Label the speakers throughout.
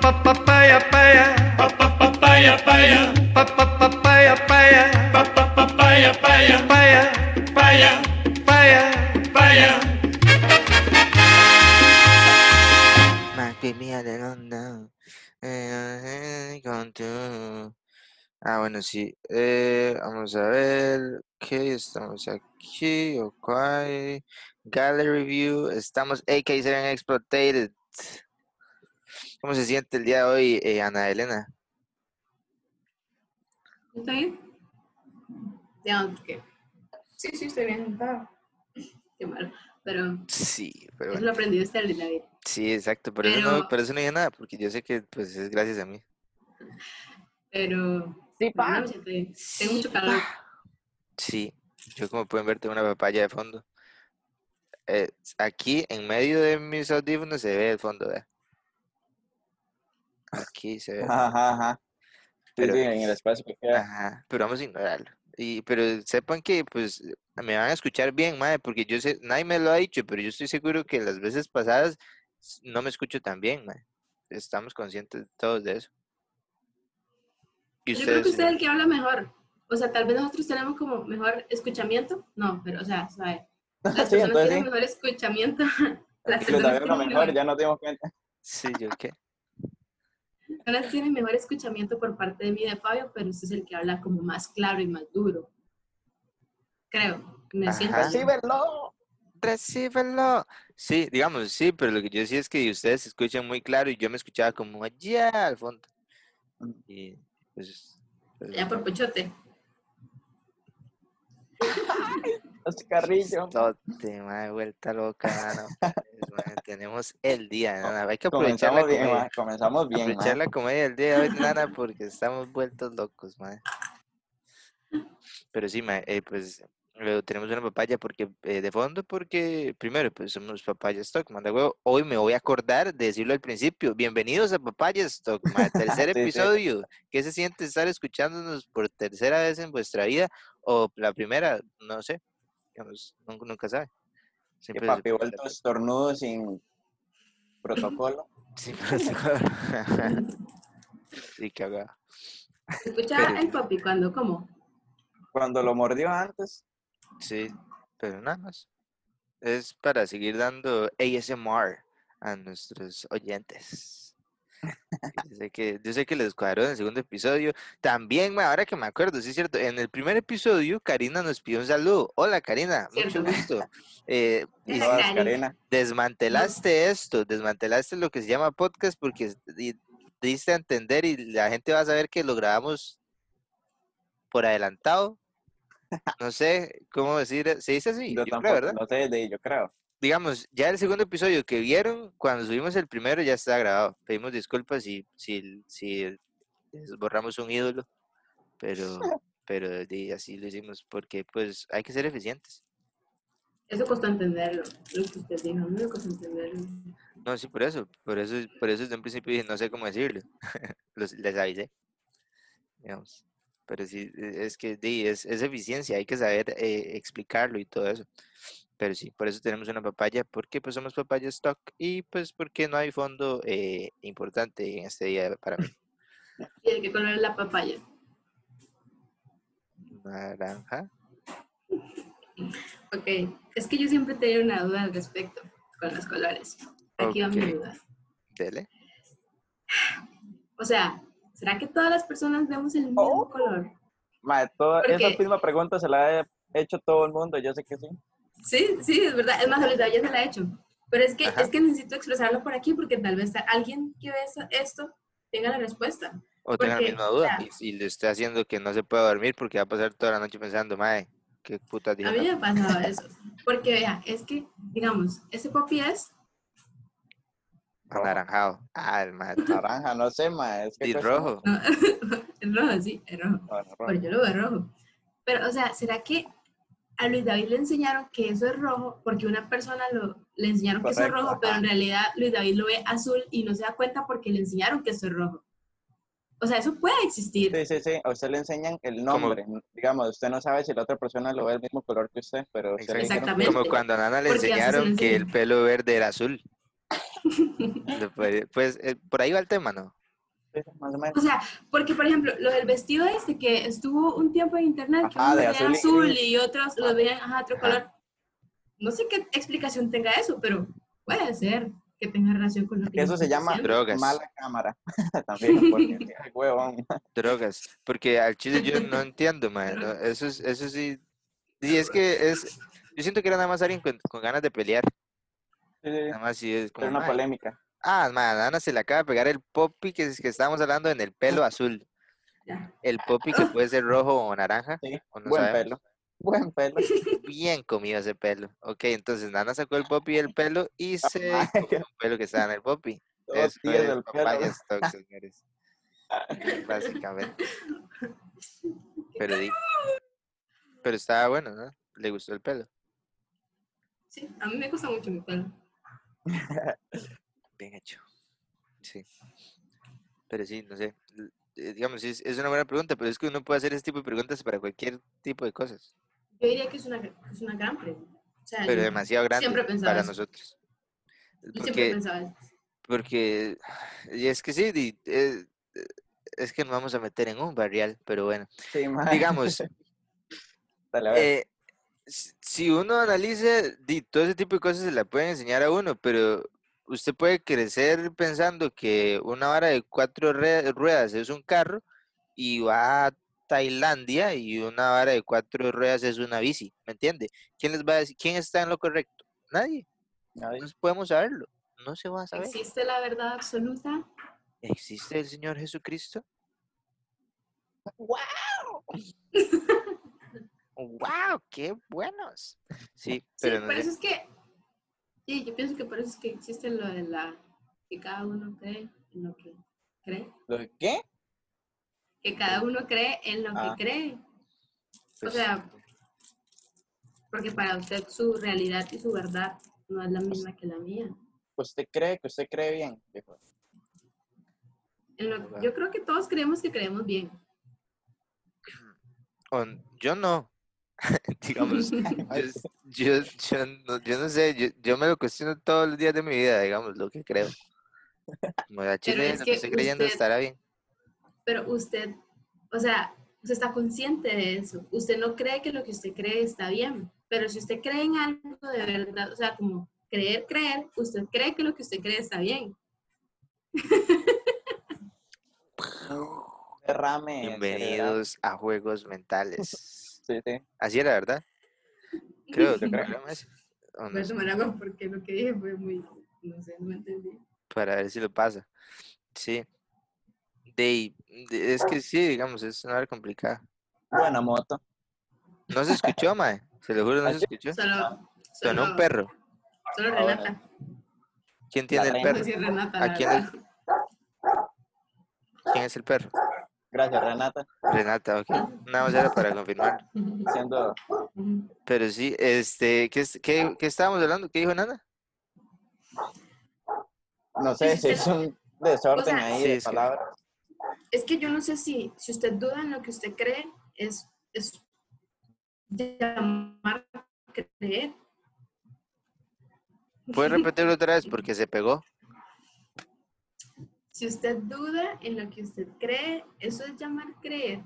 Speaker 1: papaya paya,
Speaker 2: papaya paya,
Speaker 1: papaya paya,
Speaker 2: papaya paya,
Speaker 1: paya,
Speaker 2: paya,
Speaker 1: paya.
Speaker 2: paya.
Speaker 3: Más vivía de London. eh, con tu- Ah, bueno, sí. eh, vamos a ver. ¿Qué estamos aquí? Okay. Gallery View. Estamos AK7 Exploited. ¿Cómo se siente el día de hoy, eh, Ana Elena?
Speaker 4: ¿Está bien? Ya, ¿qué?
Speaker 5: Sí, sí, estoy bien sentada.
Speaker 4: Qué malo. Pero
Speaker 3: Sí, pero
Speaker 4: eso
Speaker 3: bueno.
Speaker 4: lo aprendí de usted, David.
Speaker 3: Sí, exacto. Por eso, no,
Speaker 4: Pero-
Speaker 3: por eso no dije nada, porque yo sé que pues, es gracias a mí.
Speaker 4: Pero
Speaker 5: Sí,
Speaker 4: Pero no
Speaker 5: pa.
Speaker 4: me siento bien. Tengo mucho calor.
Speaker 3: Sí, yo como pueden ver tengo una papaya de fondo. Eh, aquí en medio de mis audífonos se ve el fondo, vea. Aquí se ve.
Speaker 6: Ajá, ajá, ajá. Sí,
Speaker 3: Pero-
Speaker 6: sí, en el espacio que queda.
Speaker 3: Ajá, pero vamos a ignorarlo. Y, pero sepan que pues me van a escuchar bien, madre, porque yo sé, nadie me lo ha dicho, pero yo estoy seguro que las veces pasadas s- no me escucho tan bien, madre. Estamos conscientes todos de eso. Y
Speaker 4: Yo creo que
Speaker 3: ustedes,
Speaker 4: usted es el que habla mejor. O sea, tal vez nosotros tenemos como mejor escuchamiento. No, pero, o sea, sabe. Las
Speaker 6: Sí,
Speaker 4: personas
Speaker 6: entonces
Speaker 4: tienen
Speaker 6: sí.
Speaker 4: mejor escuchamiento. Las
Speaker 6: Que
Speaker 4: personas
Speaker 6: lo sabemos
Speaker 4: tienen
Speaker 6: mejor,
Speaker 4: mejor,
Speaker 6: ya no dimos cuenta.
Speaker 3: sí, yo qué.
Speaker 4: personas tienen mejor escuchamiento por parte de mí y de Fabio, pero usted es el que habla como más claro y más duro. Creo. Me
Speaker 3: Ajá.
Speaker 4: siento.
Speaker 3: Sí,
Speaker 6: verlo.
Speaker 3: Recíbelo. Sí, digamos, sí, pero lo que yo decía es que ustedes se escuchan muy claro y yo me escuchaba como allá al fondo.
Speaker 6: Ujú.
Speaker 3: Y pues, pues,
Speaker 4: Ya por pechote.
Speaker 6: Los carrillos.
Speaker 3: tote, madre, vuelta loca, mano. Pues, madre, tenemos el día, nana. Hay que aprovechar la
Speaker 6: Comenzamos bien,
Speaker 3: comedia.
Speaker 6: ma, Comenzamos bien, ma.
Speaker 3: aprovechar la comedia del día de hoy, nana, porque estamos vueltos locos, madre. Pero sí, mae, eh, pues eh, tenemos una papaya porque eh, de fondo, porque primero, pues somos papaya stock, manda huevo. Hoy me voy a acordar de decirlo al principio. Bienvenidos a papaya stock, mae, tercer
Speaker 6: Sí, sí.
Speaker 3: episodio. ¿Qué se siente estar escuchándonos por tercera vez en vuestra vida? O la primera, no sé. digamos, nun- nunca, sabe.
Speaker 6: Que
Speaker 3: Siempre se
Speaker 6: papi
Speaker 3: puede
Speaker 6: vuelto estornudo sin protocolo.
Speaker 3: aprender. Sí, pero- sí, que haga.
Speaker 4: ¿Se escucha
Speaker 3: Pero-
Speaker 4: el papi cuando como?
Speaker 6: Cuando lo mordió antes,
Speaker 3: Sí, pero nada más. Es para seguir dando ASMR a nuestros oyentes. Yo sé que, yo sé que les cuadró en el segundo episodio. También, ma, ahora que me acuerdo, sí es cierto, en el primer episodio Karina nos pidió un saludo. Hola Karina, mucho
Speaker 4: Cierto.
Speaker 3: gusto. Eh, y
Speaker 4: Hola,
Speaker 6: todas
Speaker 4: Cari.
Speaker 6: Karina.
Speaker 3: desmantelaste esto, desmantelaste lo que se llama podcast porque es- di- diste a entender y la gente va a saber que lo grabamos por adelantado. No sé cómo decir, se dice así,
Speaker 6: Yo
Speaker 3: Yo creo,
Speaker 6: tampoco,
Speaker 3: ¿verdad?
Speaker 6: no sé de yo creo.
Speaker 3: Digamos, ya el segundo episodio que vieron, cuando subimos el primero ya está grabado. Pedimos disculpas si, si, si les borramos un ídolo, pero, pero di, así lo hicimos porque pues hay que ser eficientes.
Speaker 4: Eso costó entenderlo. Lo que usted dijo, no me costó entenderlo.
Speaker 3: No, sí, por eso, por eso, por eso desde un principio dije, no sé cómo decirlo. Los- les avisé, digamos. Pero sí, e- es que di, es, es eficiencia, hay que saber eh, explicarlo y todo eso. Pero sí, por eso tenemos una papaya, porque pues somos papaya stock y pues porque no hay fondo eh, importante en este día para mí.
Speaker 4: ¿Y de qué color es la papaya?
Speaker 3: Naranja.
Speaker 4: Ok, es que yo siempre tenía una duda al respecto con los colores. Aquí va
Speaker 3: Ok.
Speaker 4: mi duda.
Speaker 3: Dele.
Speaker 4: O sea, ¿será que todas las personas vemos el mismo
Speaker 6: Oh.
Speaker 4: color?
Speaker 6: Ma, toda-
Speaker 4: ¿Por
Speaker 6: esa
Speaker 4: qué?
Speaker 6: misma pregunta se la ha hecho todo el mundo, yo sé que sí.
Speaker 4: Sí, sí, es verdad. Es más, ahorita ya se la he hecho. Pero es que,
Speaker 3: Ajá.
Speaker 4: es que necesito expresarlo por aquí porque tal vez alguien que ve esto- esto tenga la respuesta.
Speaker 3: O tenga la
Speaker 4: Porque,
Speaker 3: misma
Speaker 4: o
Speaker 3: duda
Speaker 4: sea-
Speaker 3: y, y le esté haciendo que no se pueda dormir porque va a pasar toda la noche pensando, mae, qué puta
Speaker 4: A mí me ha pasado eso. Porque, vea, es que, digamos, ese papi es
Speaker 3: Anaranjado. Ah, el mae, todo
Speaker 6: Naranja, no sé, ma. Es que
Speaker 3: y
Speaker 6: cuesta
Speaker 3: rojo.
Speaker 4: el rojo, sí, el rojo.
Speaker 6: mucho. No, rojo.
Speaker 4: Pero yo lo veo rojo. Pero, o sea, ¿será que a Luis David le enseñaron que eso es rojo porque una persona lo, le enseñaron que eso es
Speaker 6: Correcto,
Speaker 4: rojo, pero en realidad Luis David lo ve azul y no se da cuenta porque le enseñaron que eso es rojo? O sea, eso puede existir.
Speaker 6: Sí, sí, sí. A usted le enseñan el nombre. Digamos, usted no sabe si la otra persona lo ve el mismo color que usted, pero a usted le dijeron
Speaker 3: Exacto,
Speaker 4: Exactamente.
Speaker 3: Como cuando a Nana le
Speaker 4: Porque así se lo
Speaker 3: enseñaron que el
Speaker 4: enseñan.
Speaker 3: pelo verde era azul. Le puede- Pues eh, por ahí va el tema, ¿no?
Speaker 6: Más o menos.
Speaker 4: O sea, porque por ejemplo, lo del vestido este que estuvo un tiempo en internet, que
Speaker 6: Ajá,
Speaker 4: unos
Speaker 6: de
Speaker 4: veían
Speaker 6: azul y
Speaker 4: azul
Speaker 6: gris.
Speaker 4: y otros los veían ajá, otro
Speaker 3: Ajá.
Speaker 4: color. No sé qué explicación tenga eso, pero puede ser que tenga relación con lo que yo
Speaker 6: Eso se
Speaker 4: estoy
Speaker 6: llama
Speaker 4: diciendo.
Speaker 3: drogas.
Speaker 6: mala cámara. También, porque ay, huevón.
Speaker 3: Drogas. Porque al chile yo no entiendo, man. Eso, es, eso sí. Y es que es. Yo siento que era nada más alguien con, con ganas de pelear.
Speaker 6: Sí, sí, sí.
Speaker 3: Nada más si es como.
Speaker 6: Es una
Speaker 3: "Mae,
Speaker 6: polémica.
Speaker 3: Ah, man, Ana se le acaba de pegar el popi que, es- que estábamos hablando en el pelo azul.
Speaker 4: Ya.
Speaker 3: El popi que puede ser rojo o naranja.
Speaker 6: Sí,
Speaker 3: o no
Speaker 6: Buen
Speaker 3: sabemos.
Speaker 6: pelo. Buen pelo.
Speaker 3: Bien comido ese pelo. Ok, entonces Nana sacó el popi del pelo y
Speaker 6: Ah,
Speaker 3: se
Speaker 6: Mae,
Speaker 3: comió el pelo que estaba en el popi.
Speaker 6: Todo
Speaker 3: Eso
Speaker 6: tieso
Speaker 3: es
Speaker 6: el pelo,
Speaker 3: papaya stock, señores. Básicamente. Pero, di- pero estaba bueno, ¿no? Le gustó el pelo.
Speaker 4: Sí, a mí me gusta mucho mi pelo.
Speaker 3: Bien hecho. Sí. Pero sí, no sé. l- eh, Digamos, es, es una buena pregunta, pero es que uno puede hacer ese tipo de preguntas para cualquier tipo de cosas.
Speaker 4: Yo diría que es una, es una gran pregunta. O sea,
Speaker 3: Pero
Speaker 4: yo-
Speaker 3: demasiado grande
Speaker 4: siempre he pensado
Speaker 3: para
Speaker 4: eso.
Speaker 3: nosotros.
Speaker 4: yo siempre
Speaker 3: Porque,
Speaker 4: pensaba eso.
Speaker 3: porque, y es que sí, di- eh, eh, es que nos vamos a meter en un barrial, pero bueno.
Speaker 6: Sí, mae.
Speaker 3: Digamos,
Speaker 6: Dale, a ver.
Speaker 3: eh, si- si uno analiza, di, todo ese tipo de cosas se la pueden enseñar a uno, pero usted puede crecer pensando que una vara de cuatro re- ruedas es un carro y va a Tailandia y una vara de cuatro ruedas es una bici, ¿me entiende? ¿Quién les va a decir quién está en lo correcto? Nadie.
Speaker 6: Nadie.
Speaker 3: No podemos saberlo. No se va a saber.
Speaker 4: ¿Existe la verdad absoluta?
Speaker 3: ¿Existe el Señor Jesucristo? ¡Wow! ¡Wow! ¡Qué buenos! Sí,
Speaker 4: Sí, pues,
Speaker 3: pero no
Speaker 4: por
Speaker 3: sé.
Speaker 4: eso es que. Sí, yo pienso que por eso es que existe lo de la. que cada uno cree en lo que cree.
Speaker 6: ¿Lo de ¿Qué?
Speaker 4: Que cada uno cree en lo
Speaker 6: Ah.
Speaker 4: que cree. O
Speaker 3: Pues,
Speaker 4: sea, porque para usted su realidad y su verdad no es la misma que la mía.
Speaker 6: ¿Usted cree que usted cree bien? Dijo.
Speaker 4: En lo- yo creo que todos creemos que creemos bien.
Speaker 3: on- yo no. digamos, yo, s- yo, yo no, yo no sé, yo, yo me lo cuestiono todos los días de mi vida, digamos, lo que creo. Como a Chile,
Speaker 4: es
Speaker 3: lo que
Speaker 4: que
Speaker 3: estoy creyendo
Speaker 4: usted-
Speaker 3: estará bien.
Speaker 4: Pero usted, o sea, usted está consciente de eso. Usted no cree que lo que usted cree está bien. Pero si usted cree en algo de verdad, o sea, como creer, creer, usted cree que lo que usted cree está bien.
Speaker 6: Derrame. cerebral.
Speaker 3: Bienvenidos a Juegos Mentales.
Speaker 6: Sí, sí.
Speaker 3: Así era, ¿verdad? Creo,
Speaker 6: Yo
Speaker 3: yo
Speaker 6: creo.
Speaker 3: creo. O no
Speaker 4: Voy a
Speaker 3: sé.
Speaker 4: tomar agua porque lo que dije fue muy, no sé, no me entendí.
Speaker 3: para ver si lo pasa. Sí. De, ahí, de- es que sí, digamos, es una hora complicada.
Speaker 6: Buena moto.
Speaker 3: No se escuchó, mae. Se lo juro, no se escuchó.
Speaker 4: Solo,
Speaker 3: Sonó un
Speaker 4: solo,
Speaker 3: perro.
Speaker 4: solo
Speaker 6: Ah, bueno.
Speaker 4: Renata.
Speaker 3: ¿Quién tiene el
Speaker 4: Voy
Speaker 6: reina.
Speaker 4: a
Speaker 3: perro?
Speaker 4: decir Renata.
Speaker 3: ¿A
Speaker 4: la
Speaker 3: quién
Speaker 4: verdad.
Speaker 3: ¿Quién es el perro?
Speaker 6: Gracias, Renata.
Speaker 3: Renata, ok. Nada más era para confirmar.
Speaker 6: Siendo
Speaker 4: Ujú.
Speaker 3: Pero sí, este, ¿qué, es- qué, qué estábamos hablando? ¿Qué dijo Nana?
Speaker 6: No sé, se hizo un desorden
Speaker 4: O sea,
Speaker 6: ahí
Speaker 3: Sí,
Speaker 6: de
Speaker 3: es que-
Speaker 6: palabras.
Speaker 4: Es que yo no sé si, si usted duda en lo que usted cree, es, es llamar creer.
Speaker 3: ¿Puedes repetirlo otra vez? Porque se pegó.
Speaker 4: Si usted duda en lo que usted cree, eso es llamar creer.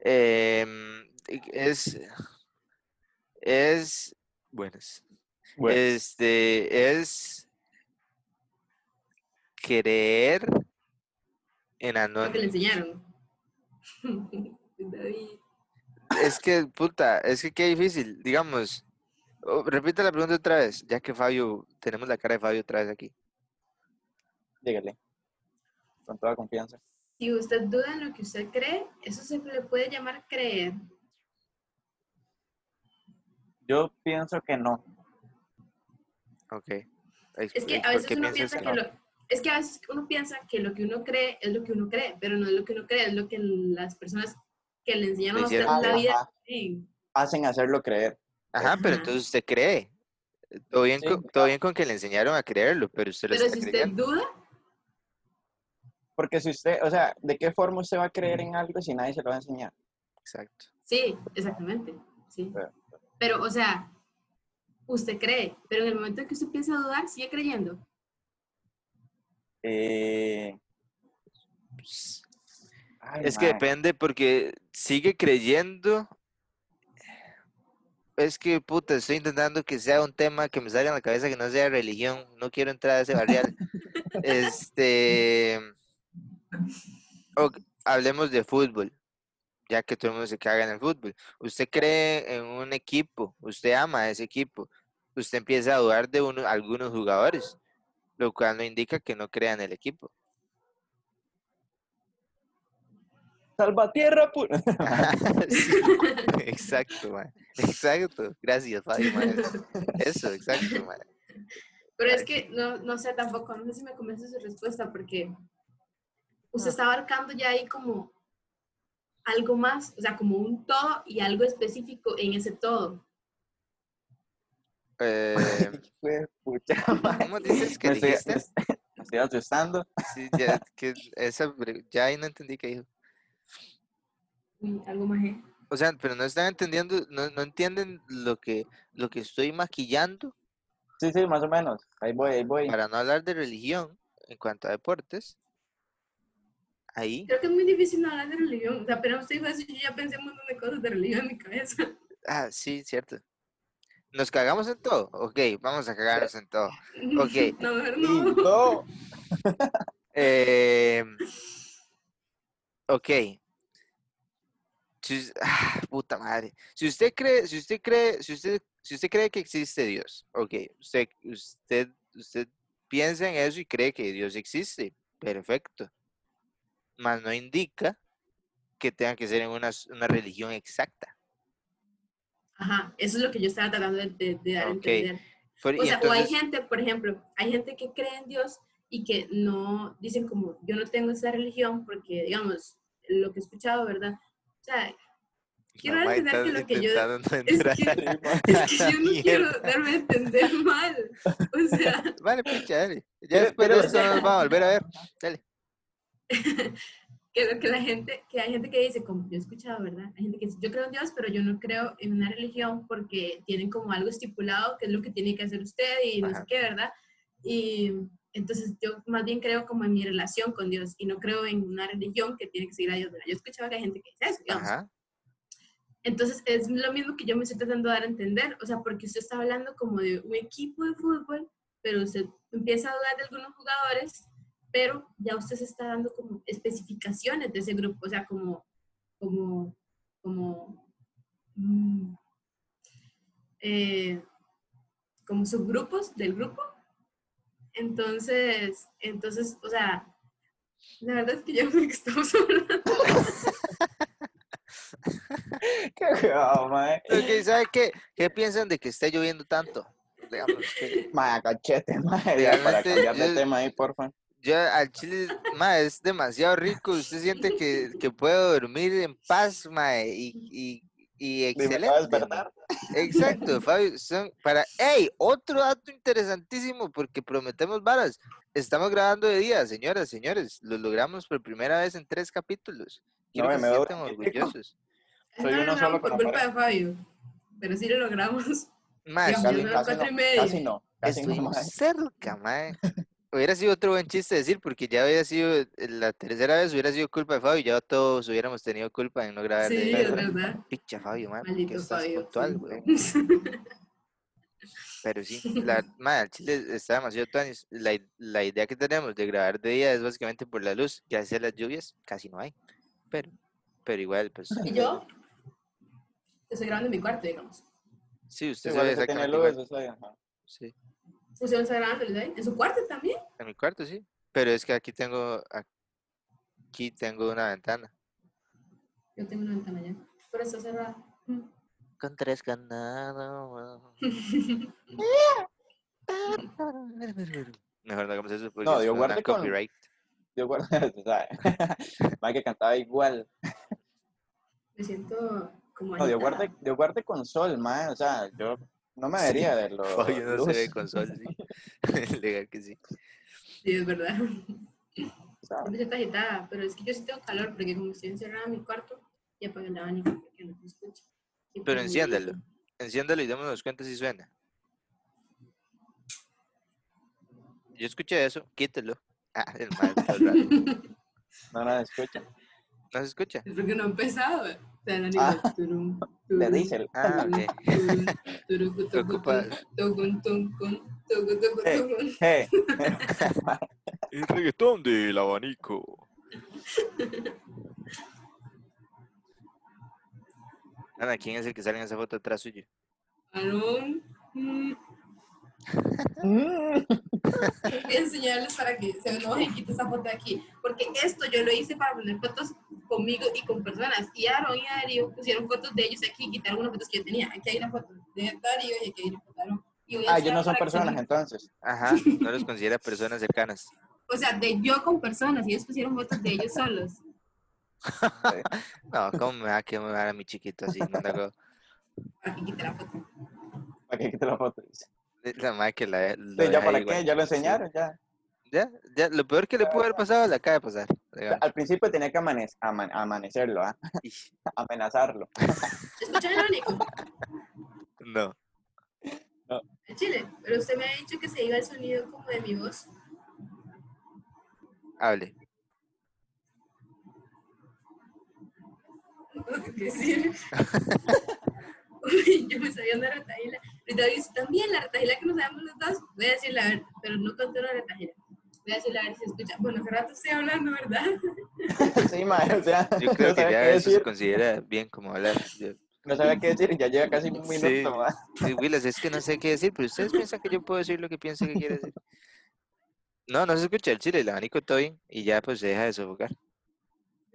Speaker 3: Em, es. Es. Buenas.
Speaker 6: Eh,
Speaker 3: Este es creer en
Speaker 4: Lo que le
Speaker 3: anónimo.
Speaker 4: enseñaron. David.
Speaker 3: Es que, puta, es que qué difícil, digamos. Oh, repite la pregunta otra vez, ya que Fabio, tenemos la cara de Fabio otra vez aquí.
Speaker 6: Dígale. Con toda confianza.
Speaker 4: Si usted duda en lo que usted cree, eso se le puede llamar creer.
Speaker 6: Yo pienso que no.
Speaker 3: Ok.
Speaker 4: Es que
Speaker 3: explica por
Speaker 4: a veces
Speaker 3: qué
Speaker 4: uno
Speaker 3: piensas
Speaker 4: piensa que
Speaker 3: no.
Speaker 4: lo, es que a veces uno piensa que lo que uno cree es lo que uno cree, pero no es lo que uno cree, es lo que las personas que le enseñaron
Speaker 3: Le
Speaker 4: a usted
Speaker 3: hicieron,
Speaker 4: en la vida
Speaker 6: Ajá.
Speaker 4: creen.
Speaker 6: Hacen hacerlo creer.
Speaker 3: Ajá, pero
Speaker 4: Ajá.
Speaker 3: entonces usted cree. Todo bien,
Speaker 6: Sí,
Speaker 3: con, todo bien con que le enseñaron a creerlo, pero usted lo
Speaker 4: Pero
Speaker 3: está
Speaker 4: si usted
Speaker 3: creyendo.
Speaker 4: duda,
Speaker 6: Porque si usted, o sea, ¿de qué forma usted va a creer en algo si nadie se lo va a enseñar?
Speaker 3: Exacto.
Speaker 4: sí, exactamente, sí.
Speaker 6: Claro.
Speaker 4: Pero, o sea, usted cree, pero en el momento en que usted empieza a dudar, sigue creyendo.
Speaker 6: Eh, ay,
Speaker 3: Es que
Speaker 6: mae.
Speaker 3: depende porque sigue creyendo. Es que, puta, estoy intentando que sea un tema que me salga en la cabeza que no sea religión. No quiero entrar a ese barrial. este. ok, hablemos de fútbol, ya que todo el mundo se caga en el fútbol. Usted cree en un equipo, usted ama a ese equipo. Usted empieza a dudar de uno- algunos jugadores, lo cual no indica que no crea en el equipo.
Speaker 6: Salvatierra, pu-
Speaker 3: Sí, exacto, man. Exacto. Gracias, Fabio. mae. Eso, exacto, man.
Speaker 4: Pero es que no, no sé tampoco, no sé si me convence su respuesta porque usted está abarcando ya ahí como algo más, o sea, como un todo y algo específico en ese todo.
Speaker 3: Eh,
Speaker 6: Fue pucha, mae.
Speaker 3: ¿Cómo dices que
Speaker 6: Me estoy-
Speaker 3: dijiste?
Speaker 6: me est- me estoy asustando.
Speaker 3: Sí, ya, que esa, bre- ya ahí no entendí qué dijo.
Speaker 4: Uy, Algo más. ¿eh?
Speaker 3: O sea, pero no están entendiendo, no, no entienden lo que, lo que estoy maquillando
Speaker 6: Sí, sí, más o menos. Ahí voy, ahí voy.
Speaker 3: para no hablar de religión en cuanto a deportes. Ahí,
Speaker 4: Creo que es muy difícil no hablar de religión. O sea, apenas usted dijo eso, yo ya pensé un montón de cosas de religión en mi cabeza.
Speaker 3: ah, sí, cierto. ¿Nos cagamos en todo? Ok, vamos a cagarnos en todo. Ok.
Speaker 4: No, mejor
Speaker 6: Y
Speaker 4: no.
Speaker 6: no.
Speaker 3: Eh, ok. Si us- ah, puta madre. Si usted cree, si usted cree, si usted, si usted cree que existe Dios, ok, usted, usted, usted piensa en eso y cree que Dios existe. Perfecto. Mas no indica que tenga que ser en una, s- una religión exacta.
Speaker 4: Ajá, eso es lo que yo estaba tratando de, de- de dar a
Speaker 3: Ok.
Speaker 4: entender.
Speaker 3: Por-
Speaker 4: O
Speaker 3: y
Speaker 4: sea, o hay
Speaker 3: entonces-
Speaker 4: gente, por ejemplo, hay gente que cree en Dios y que no dicen como yo no tengo esa religión porque, digamos, lo que he escuchado, ¿verdad? O sea, quiero
Speaker 3: Mamá,
Speaker 4: entender que
Speaker 3: estás
Speaker 4: lo que yo-
Speaker 3: intentando no
Speaker 4: es
Speaker 3: entrar
Speaker 4: que,
Speaker 6: Sí, mae.
Speaker 3: a
Speaker 4: es que
Speaker 3: la
Speaker 4: yo no quiero
Speaker 3: mierda.
Speaker 4: darme a entender mal. O sea,
Speaker 3: Vale, pinche, dale. Ya
Speaker 6: Pero-
Speaker 3: después de
Speaker 6: pero-
Speaker 3: esto nos vamos a volver a ver. Dale.
Speaker 4: que lo que la gente, que hay gente que dice, como yo he escuchado, ¿verdad? Hay gente que dice, yo creo en Dios, pero yo no creo en una religión porque tienen como algo estipulado que es lo que tiene que hacer usted y no
Speaker 3: Ajá.
Speaker 4: sé qué, ¿verdad? Y entonces yo más bien creo como en mi relación con Dios y no creo en una religión que tiene que seguir a Dios, ¿verdad? Yo he escuchado que hay gente que dice eso, digamos.
Speaker 3: Ajá.
Speaker 4: Entonces es lo mismo que yo me estoy tratando de dar a entender, o sea, porque usted está hablando como de un equipo de fútbol, pero usted empieza a dudar de algunos jugadores, pero ya usted se está dando como especificaciones de ese grupo, o sea, como, como, como, mm, eh, como subgrupos del grupo. Entonces, entonces, o sea, la verdad es que yo no sé qué estamos hablando.
Speaker 6: Qué huevado, mae.
Speaker 3: Ok, ¿sabe qué? ¿Qué piensan de que esté lloviendo tanto? Digamos que
Speaker 6: Mae, cachete, mae. Ya, para
Speaker 3: Realmente,
Speaker 6: cambiar de
Speaker 3: yo-
Speaker 6: tema ahí, porfa.
Speaker 3: yo al chile, ma, es demasiado rico. Usted siente que, que puedo dormir en paz, ma, y, y, y
Speaker 6: Y me acabo de
Speaker 3: excelente. ma.
Speaker 6: despertar.
Speaker 3: Exacto, Fabio. Son para... ¡Ey! Otro dato interesantísimo, porque prometemos varas. Estamos grabando de día, señoras, señores. Lo logramos por primera vez en tres capítulos. Quiero
Speaker 6: No,
Speaker 3: que
Speaker 6: me
Speaker 3: se
Speaker 6: veo
Speaker 3: sientan
Speaker 6: magnífico.
Speaker 3: orgullosos.
Speaker 6: Soy
Speaker 4: no lo
Speaker 6: uno
Speaker 4: logramos
Speaker 6: solo con
Speaker 4: por
Speaker 6: la
Speaker 4: culpa de Fabio, pero sí lo logramos.
Speaker 3: Ma,
Speaker 4: Dios
Speaker 3: estoy-
Speaker 4: mío,
Speaker 6: Casi,
Speaker 4: son las
Speaker 6: casi
Speaker 4: cuatro y
Speaker 6: no,
Speaker 4: media.
Speaker 6: casi no, casi no,
Speaker 3: Estuvimos
Speaker 6: mae.
Speaker 3: cerca, mae. Hubiera sido otro buen chiste decir, porque ya hubiera sido, eh, la tercera vez hubiera sido culpa de Fabio, y ya todos hubiéramos tenido culpa en no
Speaker 6: Ah,
Speaker 3: grabar de
Speaker 4: Sí,
Speaker 3: día.
Speaker 4: es verdad.
Speaker 3: Picha, Fabio, mae, porque
Speaker 4: Maldito
Speaker 3: estás
Speaker 4: Fabio.
Speaker 3: puntual,
Speaker 4: sí.
Speaker 3: weón. Pero sí, la, mae, al chile está demasiado tuanis. La, i- la idea que tenemos de grabar de día es básicamente por la luz. Gracias a las lluvias, casi no hay. Pero, pero igual, pues,
Speaker 4: y yo estoy grabando en mi cuarto, digamos.
Speaker 3: sí, usted se
Speaker 6: Igual
Speaker 3: ve
Speaker 6: usted tiene
Speaker 3: exactamente
Speaker 6: luz,
Speaker 3: igual.
Speaker 6: o sea, ajá.
Speaker 3: Sí,
Speaker 4: ¿Usted no está Pues grabando ¿verdad? en su cuarto también?
Speaker 3: en mi cuarto, sí. Pero es que aquí tengo, aquí tengo una ventana.
Speaker 4: Yo tengo una ventana ya, pero está cerrada. Mm.
Speaker 3: Con tres ganados. Mejor no hagamos eso porque
Speaker 6: No,
Speaker 3: no,
Speaker 6: Dios guarde con-
Speaker 3: copyright.
Speaker 6: Yo guardo, usted sabe. Mae que cantaba igual.
Speaker 4: Me siento como.
Speaker 6: No, Dios
Speaker 4: agitada.
Speaker 6: guarde, Dios guarde con sol, mae. O sea, yo no me vería de lo
Speaker 3: Fabio no se ve
Speaker 6: luz,
Speaker 3: con sol, sí. Legal que sí.
Speaker 4: Sí, es verdad.
Speaker 6: ¿sabe?
Speaker 4: Me siento agitada, pero es que yo sí tengo calor porque como estoy encerrada en mi cuarto, ya apagué el abanico porque no se escucha. Y pues,
Speaker 3: Pero
Speaker 4: prendí-
Speaker 3: enciéndalo. Enciéndalo y démonos cuenta si suena. yo escuché eso, quítelo. Ah, el mae está raro.
Speaker 6: No nos escucha.
Speaker 3: ¿No se escucha?
Speaker 4: Es porque no ha empezado. O sea, la
Speaker 6: Ah.
Speaker 4: niña, turum,
Speaker 6: Le
Speaker 4: turum,
Speaker 6: dice el.
Speaker 3: Ah, ok.
Speaker 4: turum, turum, turum,
Speaker 3: Te ocupa-
Speaker 4: turum, turum, turum, turum, turum,
Speaker 6: Eh.
Speaker 4: turum.
Speaker 6: Hey.
Speaker 3: El reggaetón del abanico. Ana, ¿quién es el que sale en esa foto atrás suyo?
Speaker 4: Varón, mm,
Speaker 6: Mm.
Speaker 4: Voy a enseñarles para que se enojen y quiten esa foto de aquí. Porque esto yo lo hice para poner fotos conmigo y con personas. Y Aaron y Darío pusieron fotos de ellos aquí y quitaron unas fotos que yo tenía. Aquí hay una foto de Darío y aquí hay una foto de Aaron. Y voy a
Speaker 6: Ah, ellos no
Speaker 4: enseñar
Speaker 6: son
Speaker 4: para que se
Speaker 6: personas
Speaker 4: enojen.
Speaker 6: entonces.
Speaker 3: Ajá, no los considera personas cercanas.
Speaker 4: O sea, de yo con personas. Y ellos pusieron fotos de ellos solos.
Speaker 3: No, ¿cómo me va a quemar a mi chiquito así? No, no, no.
Speaker 4: Para que quiten la foto.
Speaker 6: ¿Para qué te la foto? Sí,
Speaker 3: La madre que la. lo
Speaker 6: ¿Ya
Speaker 3: deja
Speaker 6: para
Speaker 3: ahí, güey.
Speaker 6: qué? Ya lo
Speaker 3: Sí.
Speaker 6: enseñaron, ya.
Speaker 3: Ya, ya, lo peor que le pudo haber pasado le acaba de pasar. digamos.
Speaker 6: Al principio tenía que amane- aman- amanecerlo, ¿ah?
Speaker 3: Ish,
Speaker 6: amenazarlo.
Speaker 4: ¿Escucharon Nico?
Speaker 3: No.
Speaker 4: En Chile. Pero usted me ha dicho que se iba el sonido como de mi voz.
Speaker 3: Hable.
Speaker 4: ¿Qué decir? Uy, yo me sabía una retajila. Ahorita dice también la retajila que nos sabemos los dos. Voy a decirla, a ver, pero no conté una retajila. Voy a decirla a ver si se escucha. Bueno, hace rato estoy hablando, ¿verdad?
Speaker 6: Sí, mae, o sea,
Speaker 3: Yo
Speaker 6: no
Speaker 3: creo que
Speaker 6: sabía
Speaker 3: ya
Speaker 6: qué
Speaker 3: eso se
Speaker 6: decir,
Speaker 3: considera bien como hablar. Yo-
Speaker 6: no sabía qué decir, y ya lleva casi un
Speaker 3: Sí.
Speaker 6: minuto, ¿ah? mae.
Speaker 3: Sí, Willas, es que no sé qué decir, pero ustedes piensan que yo puedo decir lo que pienso que quiero decir. No, no se escucha el chile, el abanico está bien y ya pues se deja de sofocar.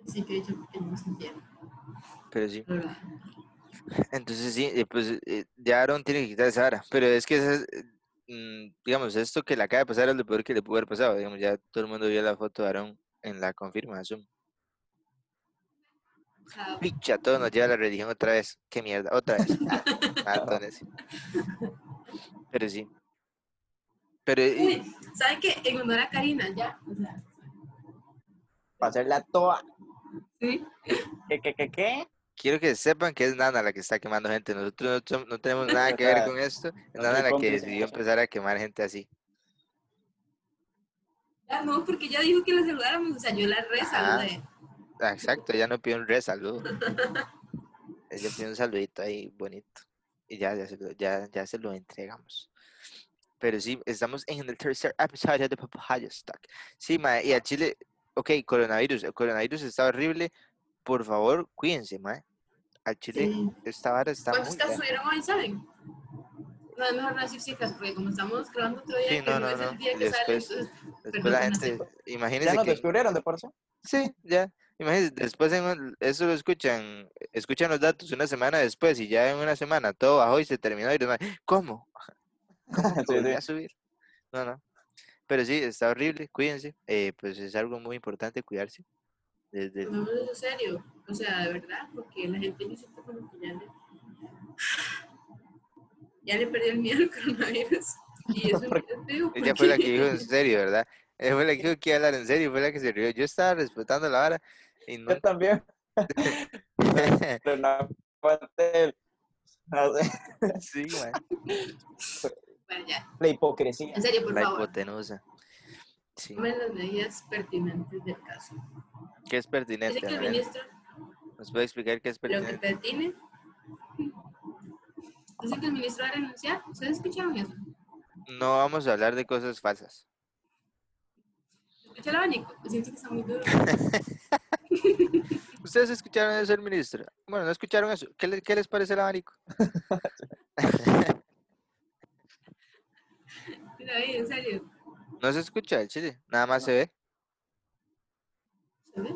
Speaker 4: Sí, que he dicho que no se entiende.
Speaker 3: Pero sí,
Speaker 4: ¿verdad?
Speaker 3: entonces sí, eh, pues eh, ya Aaron tiene que quitar esa vara. Pero es que, esas, eh, mm, digamos, esto que le acaba de pasar es lo peor que le pudo haber pasado. Digamos, ya todo el mundo vio la foto de Aaron en la confirmación.
Speaker 4: O sea,
Speaker 3: Picha, todo nos lleva a la religión otra vez. Qué mierda, otra vez. Ah, ah, entonces. Pero sí. Pero, eh, y-
Speaker 4: Uy, ¿saben qué? En honor a Karina, ya. O sea,
Speaker 6: Para hacerla toa.
Speaker 4: sí.
Speaker 6: ¿Qué, qué, qué, qué?
Speaker 3: quiero que sepan que es Nana la que está quemando gente. Nosotros no, som- no tenemos nada que ver con esto. Es
Speaker 6: No
Speaker 3: Nana la
Speaker 6: soy
Speaker 3: que
Speaker 6: cómplice en
Speaker 3: decidió
Speaker 6: eso.
Speaker 3: empezar a quemar gente así.
Speaker 4: Ah, no, porque ella dijo que la saludáramos. O sea, yo la
Speaker 3: Ajá.
Speaker 4: resaludé.
Speaker 3: Ah, Exacto, ella no pidió un re saludo. Ella pidió un saludito ahí bonito. Y ya, ya, se lo, ya, ya se lo entregamos. Pero sí, estamos en el tercer episodio de Papaya Stock. Sí, mae, y a Chile, ok, coronavirus. El coronavirus está horrible. Por favor, cuídense, mae. A Chile,
Speaker 4: Sí. Pues
Speaker 3: esta vara está
Speaker 4: ¿Cuántos
Speaker 3: muy
Speaker 4: casos
Speaker 3: fea.
Speaker 4: subieron hoy, saben? No, es mejor no decir cifras, porque como estamos grabando otro día,
Speaker 3: Sí,
Speaker 4: que
Speaker 3: no,
Speaker 4: no,
Speaker 3: no,
Speaker 4: es
Speaker 3: no,
Speaker 4: el día
Speaker 3: y
Speaker 4: que sale,
Speaker 3: después-
Speaker 4: entonces
Speaker 3: Después la
Speaker 4: perdón, no
Speaker 3: gente,
Speaker 4: sé.
Speaker 6: Ya
Speaker 3: imagínense
Speaker 6: nos
Speaker 3: que...
Speaker 6: descubrieron de por sí.
Speaker 3: Sí, ya. Imagínense, después en un- eso lo escuchan, escuchan los datos una semana después y ya en una semana todo bajó y se terminó y demás. ¿Cómo? ¿Cómo que
Speaker 6: Sí,
Speaker 3: volvió
Speaker 6: sí.
Speaker 4: eh,
Speaker 3: a subir? No, no. Pero sí, está horrible, cuídense. eh, pues es algo muy importante cuidarse. Desde,
Speaker 4: No, en serio, o sea, de verdad, porque la gente yo siento como que ya le, ya le perdió el miedo al coronavirus. Y eso es feo.
Speaker 3: ella fue la que dijo en
Speaker 4: porque-
Speaker 3: serio, ¿verdad? Ella fue la que dijo que iba a hablar en serio, fue la que se rió. Yo estaba respetando la vara y
Speaker 6: Yo
Speaker 3: nunca...
Speaker 6: también, pero no aguanté el- no sé,
Speaker 3: sí, mae,
Speaker 4: Bueno, ya,
Speaker 6: la hipocresía.
Speaker 4: en serio, por
Speaker 3: La
Speaker 4: favor,
Speaker 3: hipotenusa. Sí,
Speaker 4: tomen las medidas pertinentes del caso.
Speaker 3: que es
Speaker 4: Dice
Speaker 3: pertinente.
Speaker 4: que el
Speaker 3: Anabel?
Speaker 4: ministro
Speaker 3: ¿Nos puede explicar qué es
Speaker 4: lo que
Speaker 3: pertinente?
Speaker 4: pertine. Dicen que el ministro va a renunciar. ¿Ustedes escucharon eso?
Speaker 3: No vamos a hablar de cosas falsas.
Speaker 4: Escucha el abanico. Siento que está muy duro.
Speaker 3: ¿Ustedes escucharon eso del ministro? Bueno, no escucharon eso. ¿Qué, le- qué les parece el abanico?
Speaker 4: David, en serio.
Speaker 3: No se escucha el chile, nada más se ve.
Speaker 4: ¿Se ve?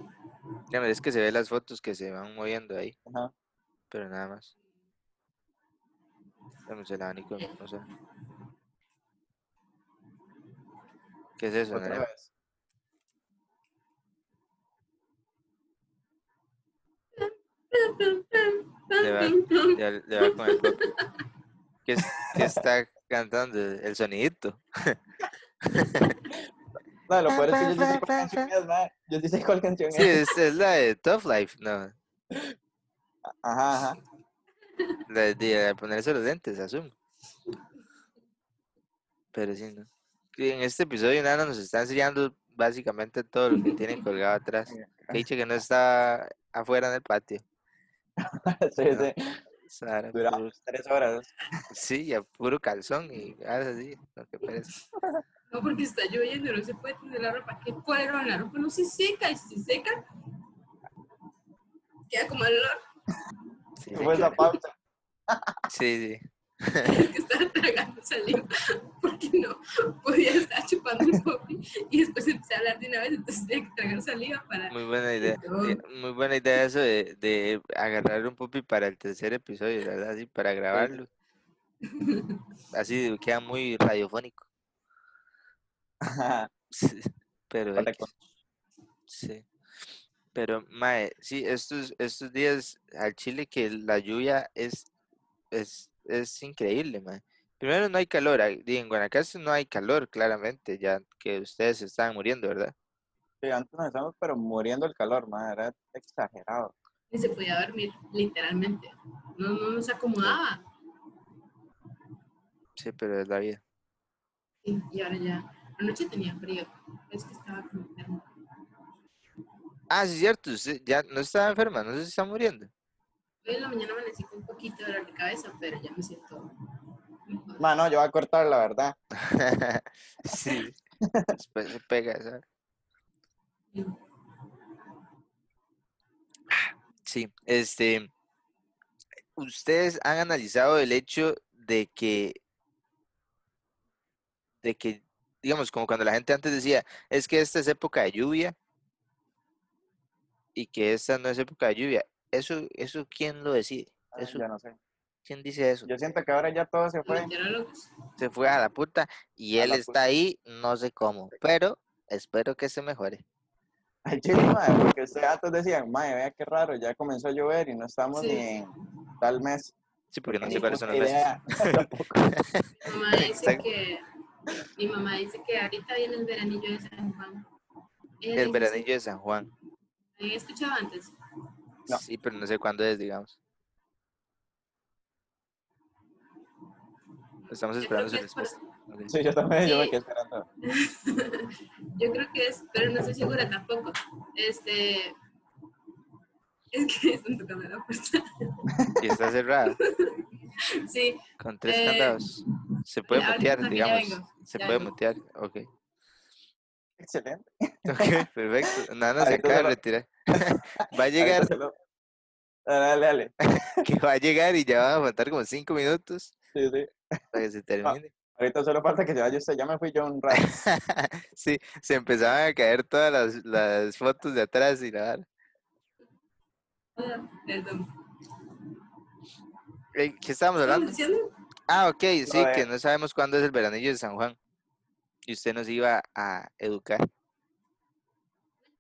Speaker 3: Ya me es que se ve las fotos que se van moviendo ahí,
Speaker 6: Ajá.
Speaker 3: pero nada más. Vamos el abanico, no sé. ¿Qué es eso?
Speaker 6: Otra
Speaker 3: nene?
Speaker 6: vez.
Speaker 3: Le va, le va- le va con el coco. ¿Qué, es- qué está cantando? El sonidito.
Speaker 6: No, lo peor es que yo sí sé cuál canción es, mae. Yo sí sé cuál canción
Speaker 3: Sí,
Speaker 6: es.
Speaker 3: es, es la de Tough Life, no.
Speaker 6: Ajá, ajá.
Speaker 3: La de, de ponerse los lentes, asumo. Pero sí, ¿no? que en este episodio Nana nos está enseñando básicamente todo lo que tiene colgado atrás. Dicho que no está afuera en el patio.
Speaker 6: Sí, sí.
Speaker 3: Sara, puro-
Speaker 6: Duramos tres horas.
Speaker 3: sí, a puro calzón y ahora sí, no, qué pereza.
Speaker 4: No, porque está lloviendo, no se puede tener la ropa. ¿Qué cuero? La ropa no se seca y si se seca, queda como el olor
Speaker 3: Sí,
Speaker 6: ¿Qué
Speaker 3: sí,
Speaker 6: fue esa
Speaker 3: que-
Speaker 6: pausa?
Speaker 3: sí, sí.
Speaker 4: que estaba tragando saliva porque no podía estar chupando el popi y después empecé a hablar de una vez, entonces tenía que tragar saliva para.
Speaker 3: Muy buena idea.
Speaker 4: Entonces-
Speaker 3: eh, Muy buena idea eso de, de agarrar un pupi para el tercer episodio, la ¿verdad? Así para grabarlo. Así queda muy radiofónico. Sí, pero
Speaker 6: Para
Speaker 3: X, sí. Pero mae, sí, estos estos días al Chile que la lluvia es es es increíble, mae. Primero no hay calor, ahí- di, en Guanacaste no hay calor, claramente, ya que ustedes se estaban muriendo, ¿verdad?
Speaker 6: Sí, antes nos estamos pero muriendo el calor, madre, era exagerado.
Speaker 4: Ni se podía dormir, literalmente. No, no nos acomodaba.
Speaker 3: Sí, pero es la vida.
Speaker 4: Y, y ahora ya. Anoche tenía frío, es que estaba como enfermo.
Speaker 3: Ah, sí, cierto, usted ya no estaba enferma, no se está muriendo.
Speaker 4: Hoy en la mañana amanecí con un poquito de dolor de cabeza, pero ya me siento. mejor.
Speaker 6: Mano, yo voy a cortar, la verdad.
Speaker 3: Sí, después se pega, ¿sabes? Sí, este, ustedes han analizado el hecho de que, de que, digamos, como cuando la gente antes decía, es que esta es época de lluvia y que esta no es época de lluvia. Eso, eso, ¿quién lo decide?
Speaker 6: Ay,
Speaker 3: Eso,
Speaker 6: Ah, Ya no sé.
Speaker 3: ¿quién dice eso?
Speaker 6: Yo siento que ahora ya todo se
Speaker 4: Los
Speaker 6: fue.
Speaker 4: meteorólogos.
Speaker 3: Se fue a la puta y
Speaker 6: A
Speaker 3: él
Speaker 6: la
Speaker 3: está ahí, no sé cómo, pero espero que se mejore.
Speaker 6: Ay, chile, madre, porque ustedes antes decían, madre, vea qué raro, ya comenzó a llover y no estamos
Speaker 4: Sí.
Speaker 6: ni en tal mes.
Speaker 3: Sí, porque no
Speaker 6: Ni
Speaker 3: sé cuáles son
Speaker 6: puta
Speaker 3: los meses.
Speaker 6: idea.
Speaker 4: Mi mamá dice
Speaker 3: Exacto.
Speaker 4: que. Mi mamá dice que ahorita viene el veranillo de San Juan. Ella
Speaker 3: El
Speaker 4: dijo,
Speaker 3: veranillo de San Juan.
Speaker 4: "Sí, Había escuchado antes.
Speaker 6: No.
Speaker 3: Sí, pero no sé cuándo es, digamos. Estamos
Speaker 4: Yo creo
Speaker 3: esperando
Speaker 4: que
Speaker 3: su
Speaker 4: es por-
Speaker 3: respuesta. Ok.
Speaker 6: Sí, yo también, yo me
Speaker 4: Sí.
Speaker 6: quedé esperando.
Speaker 4: Yo creo que es, pero no estoy segura tampoco. Este. Es que están tocando la puerta.
Speaker 3: Y está cerrado
Speaker 4: Sí,
Speaker 3: con tres
Speaker 4: Eh,
Speaker 3: candados. Se puede
Speaker 4: ahorita
Speaker 3: mutear,
Speaker 4: también ya
Speaker 3: digamos. Se
Speaker 4: ya
Speaker 3: puede
Speaker 4: vengo.
Speaker 3: mutear. Ok.
Speaker 6: Excelente.
Speaker 3: Ok, perfecto. Nana se
Speaker 6: Ahorita
Speaker 3: acaba de
Speaker 6: solo-
Speaker 3: retirar. Va a llegar,
Speaker 6: Ahorita se lo- Ah, Dale, dale, dale.
Speaker 3: que va a llegar y ya van a faltar como cinco minutos
Speaker 6: Sí, sí.
Speaker 3: para que se termine.
Speaker 6: Ahorita solo falta que se vaya usted, ya me fui yo un rato.
Speaker 3: Sí, se empezaban a caer todas las, las fotos de atrás y la vara.
Speaker 4: ah, perdón.
Speaker 3: Ey, ¿Qué estábamos
Speaker 4: ¿Estamos
Speaker 3: hablando?
Speaker 4: diciendo?
Speaker 3: Ah, ok, sí, que
Speaker 6: de-
Speaker 3: no sabemos cuándo es el veranillo de San Juan. Y usted nos iba a educar.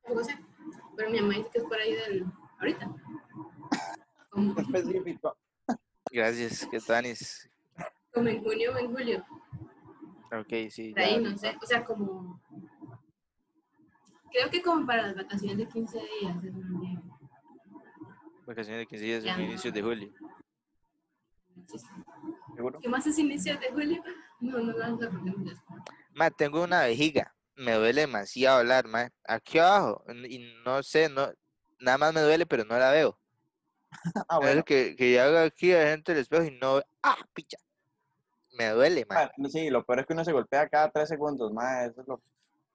Speaker 4: Tampoco sé. Pero mi mamá dice que es por ahí del. Ahorita. Como,
Speaker 6: Específico.
Speaker 3: Gracias, que tanis.
Speaker 4: como en junio o en julio.
Speaker 3: Ok, sí.
Speaker 4: Por
Speaker 3: ya,
Speaker 4: ahí, no sé. O sea, como. Creo que como para las vacaciones de 15 días. es un día.
Speaker 3: Vacaciones de 15 días,
Speaker 4: Ya
Speaker 3: son
Speaker 4: no.
Speaker 3: inicios de julio.
Speaker 6: Seguro.
Speaker 4: ¿Qué más es inicios de julio? No, no vamos a poner muchas.
Speaker 3: Ma, tengo una vejiga. Me duele demasiado hablar, ma. Aquí abajo. n- Y no sé, no. Nada más me duele, pero no la veo.
Speaker 6: Ah,
Speaker 3: Es
Speaker 6: bueno.
Speaker 3: que, que yo hago aquí adentro del espejo y no ve- ¡Ah, picha! Me duele, ma.
Speaker 6: Ah, Sí, lo peor es que uno se golpea cada tres segundos, más eso es lo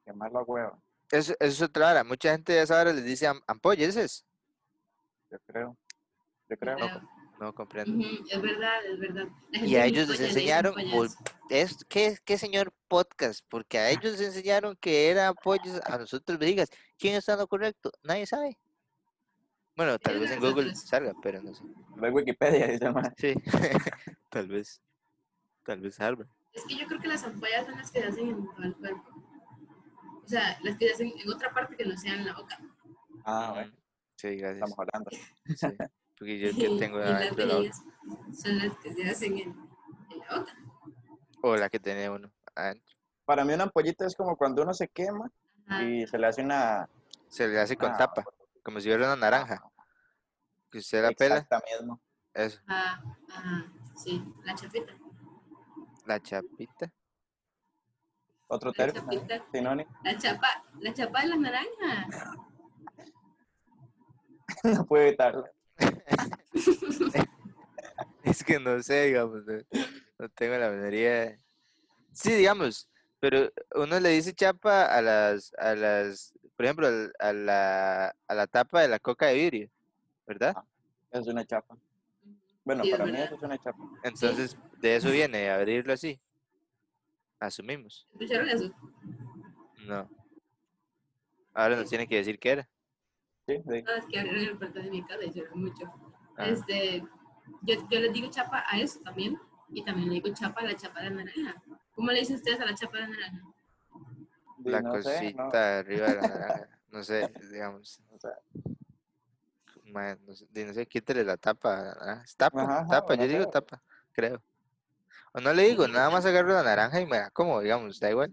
Speaker 6: que más lo huevo,
Speaker 3: Eso, eso es otra hora. Mucha gente a esa hora les dice am- ampollas, ¿es?
Speaker 6: yo creo. Yo creo.
Speaker 4: Pero-
Speaker 3: No comprendo.
Speaker 4: Ujú, Es verdad, es verdad. La
Speaker 3: Y a
Speaker 4: gente
Speaker 3: ellos
Speaker 4: muy
Speaker 3: les
Speaker 4: pañalera,
Speaker 3: enseñaron
Speaker 4: pañazo.
Speaker 3: vol- es, ¿qué, qué señor podcast? Porque a ellos les enseñaron que era apoyos a nosotros digas, ¿quién está en lo correcto? Nadie sabe. Bueno, tal
Speaker 4: Ellos
Speaker 3: vez
Speaker 4: a
Speaker 3: en Google
Speaker 4: nosotros.
Speaker 3: salga, pero no sé.
Speaker 6: Lo de Wikipedia, dice más.
Speaker 3: Sí, tal vez. Tal vez salga.
Speaker 4: Es que yo creo que las ampollas son las que se hacen en todo el cuerpo. O sea, las que se hacen en otra parte que no sea en la boca.
Speaker 6: Ah, bueno,
Speaker 3: Ujú. Sí, gracias.
Speaker 6: estamos hablando.
Speaker 3: sí, Porque yo que tengo
Speaker 4: y las
Speaker 3: adentro de la boca,
Speaker 4: vejigas son las que se hacen en, en la boca.
Speaker 3: O la que tenía uno adentro.
Speaker 6: Para mí una ampollita es como cuando uno se quema
Speaker 4: Ajá.
Speaker 6: y se le hace una...
Speaker 3: Se le hace con
Speaker 6: una-
Speaker 3: tapa, como si fuera una naranja. Que usted la pela,
Speaker 6: Exacta mismo.
Speaker 3: eso,
Speaker 4: Ah, ah, sí, la chapita.
Speaker 3: la chapita.
Speaker 6: Otro
Speaker 4: La
Speaker 6: término,
Speaker 4: chapita.
Speaker 6: sinónimo.
Speaker 4: La chapa, la chapa de las naranjas.
Speaker 6: No puedo evitarlo.
Speaker 3: Es que no sé, digamos, no, no tengo la menor idea. Sí, digamos, pero uno le dice chapa a las, a las, por ejemplo, al- a la, a la tapa de la coca de vidrio, ¿verdad?
Speaker 6: Es una chapa. Bueno,
Speaker 4: Sí, es
Speaker 6: para mí
Speaker 4: verdad.
Speaker 6: eso es una chapa.
Speaker 3: Entonces, de eso viene, abrirlo así. Asumimos.
Speaker 4: ¿Escucharon eso?
Speaker 3: No. Ahora nos tiene que decir qué era.
Speaker 6: Sí, sí.
Speaker 4: No, es que abrieron el portal de mi casa y lloré mucho.
Speaker 3: Ah,
Speaker 4: Este, yo, yo les digo chapa a eso también. Y también le digo chapa a la chapa de la naranja. ¿Cómo le dicen ustedes a la chapa de la naranja?
Speaker 6: Sí,
Speaker 3: la
Speaker 6: no
Speaker 3: cosita
Speaker 6: sé, no.
Speaker 3: de arriba de la naranja. No sé, digamos.
Speaker 6: O sea,
Speaker 3: ma- no sé, di- no sé, quítale la tapa. a la naranja. Es Tapa,
Speaker 6: Ajá, ajá,
Speaker 3: tapa,
Speaker 6: o
Speaker 3: yo
Speaker 6: no
Speaker 3: digo
Speaker 6: sé.
Speaker 3: tapa, creo. O no le digo, nada más agarro la naranja y me la como, digamos, da igual.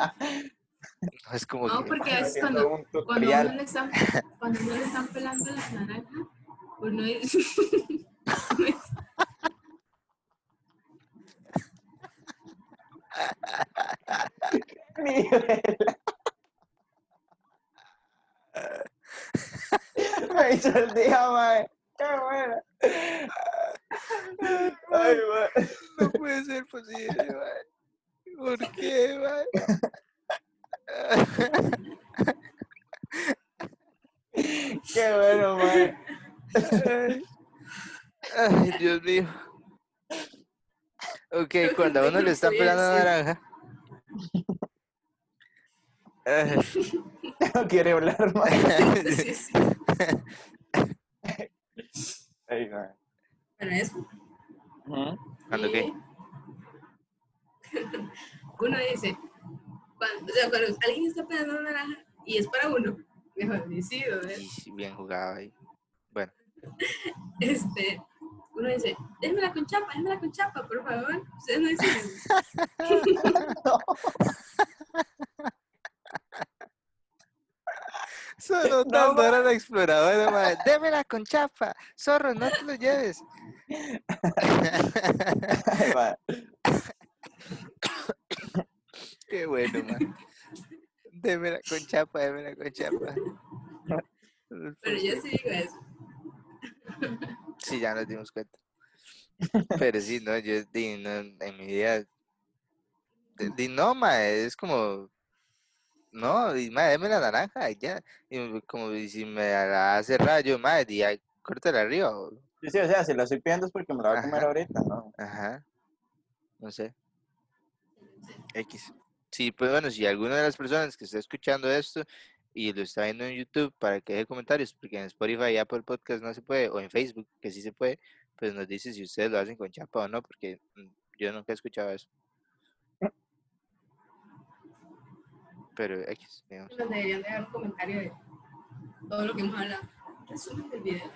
Speaker 3: No es como
Speaker 4: No,
Speaker 3: que-
Speaker 4: porque a veces
Speaker 6: haciendo
Speaker 4: cuando,
Speaker 6: un
Speaker 4: cuando, a
Speaker 6: tutorial.
Speaker 4: uno le están, cuando a uno le están pelando las naranjas, uno es.
Speaker 6: Me hizo el día, mae. Qué bueno. Ay, mae.
Speaker 3: No puede ser posible, man. ¿Por qué, man?
Speaker 6: Qué bueno, mae.
Speaker 3: Ay, ay, Dios mío. Ok, cuando a uno le están
Speaker 4: Voy a
Speaker 3: pelando la
Speaker 4: decir.
Speaker 3: naranja. Ay,
Speaker 6: No quiere hablar, mae.
Speaker 4: sí, sí.
Speaker 6: Ay, mae.
Speaker 4: Bueno, eso.
Speaker 6: Ujú.
Speaker 3: ¿Cuándo qué?
Speaker 4: Y- uno dice, cuando, o sea, cuando alguien está pelando una naranja y es para uno, mejor decido, ¿ves?
Speaker 3: Y Bien jugado ahí. Bueno,
Speaker 4: este, uno dice, déjmela con chapa, déjmela con chapa, por favor. Ustedes no dicen eso.
Speaker 3: solo Dora la exploradora, man. Démela con chapa. Zorro, no te lo lleves.
Speaker 6: Ay, mae.
Speaker 3: Qué bueno, man. Démela con chapa, démela con chapa.
Speaker 4: Pero yo sí digo eso.
Speaker 3: Sí, ya nos dimos cuenta. Pero sí, no, yo di, no, en mi vida. de- Di, no, ma, es como. No, y, ma, deme la naranja, y ya. Y me- como y si me la hace rayo, ma, di, ay, córtala arriba. o-
Speaker 6: Sí, sí, o sea, si la estoy pidiendo es porque me la voy a comer
Speaker 3: Ajá.
Speaker 6: ahorita, ¿no?
Speaker 3: Ajá. No sé. X. Sí, pues bueno, si alguna de las personas que está escuchando esto y lo está viendo en YouTube, para que deje comentarios, porque en Spotify y Apple Podcast no se puede, o en Facebook, que sí se puede, pues nos dice si ustedes lo hacen con chapa o no, porque mm, yo nunca he escuchado eso. Pero X, digamos.
Speaker 4: Nos deberían dejar un comentario de todo lo que hemos hablado. Resumen del video.
Speaker 3: Eh,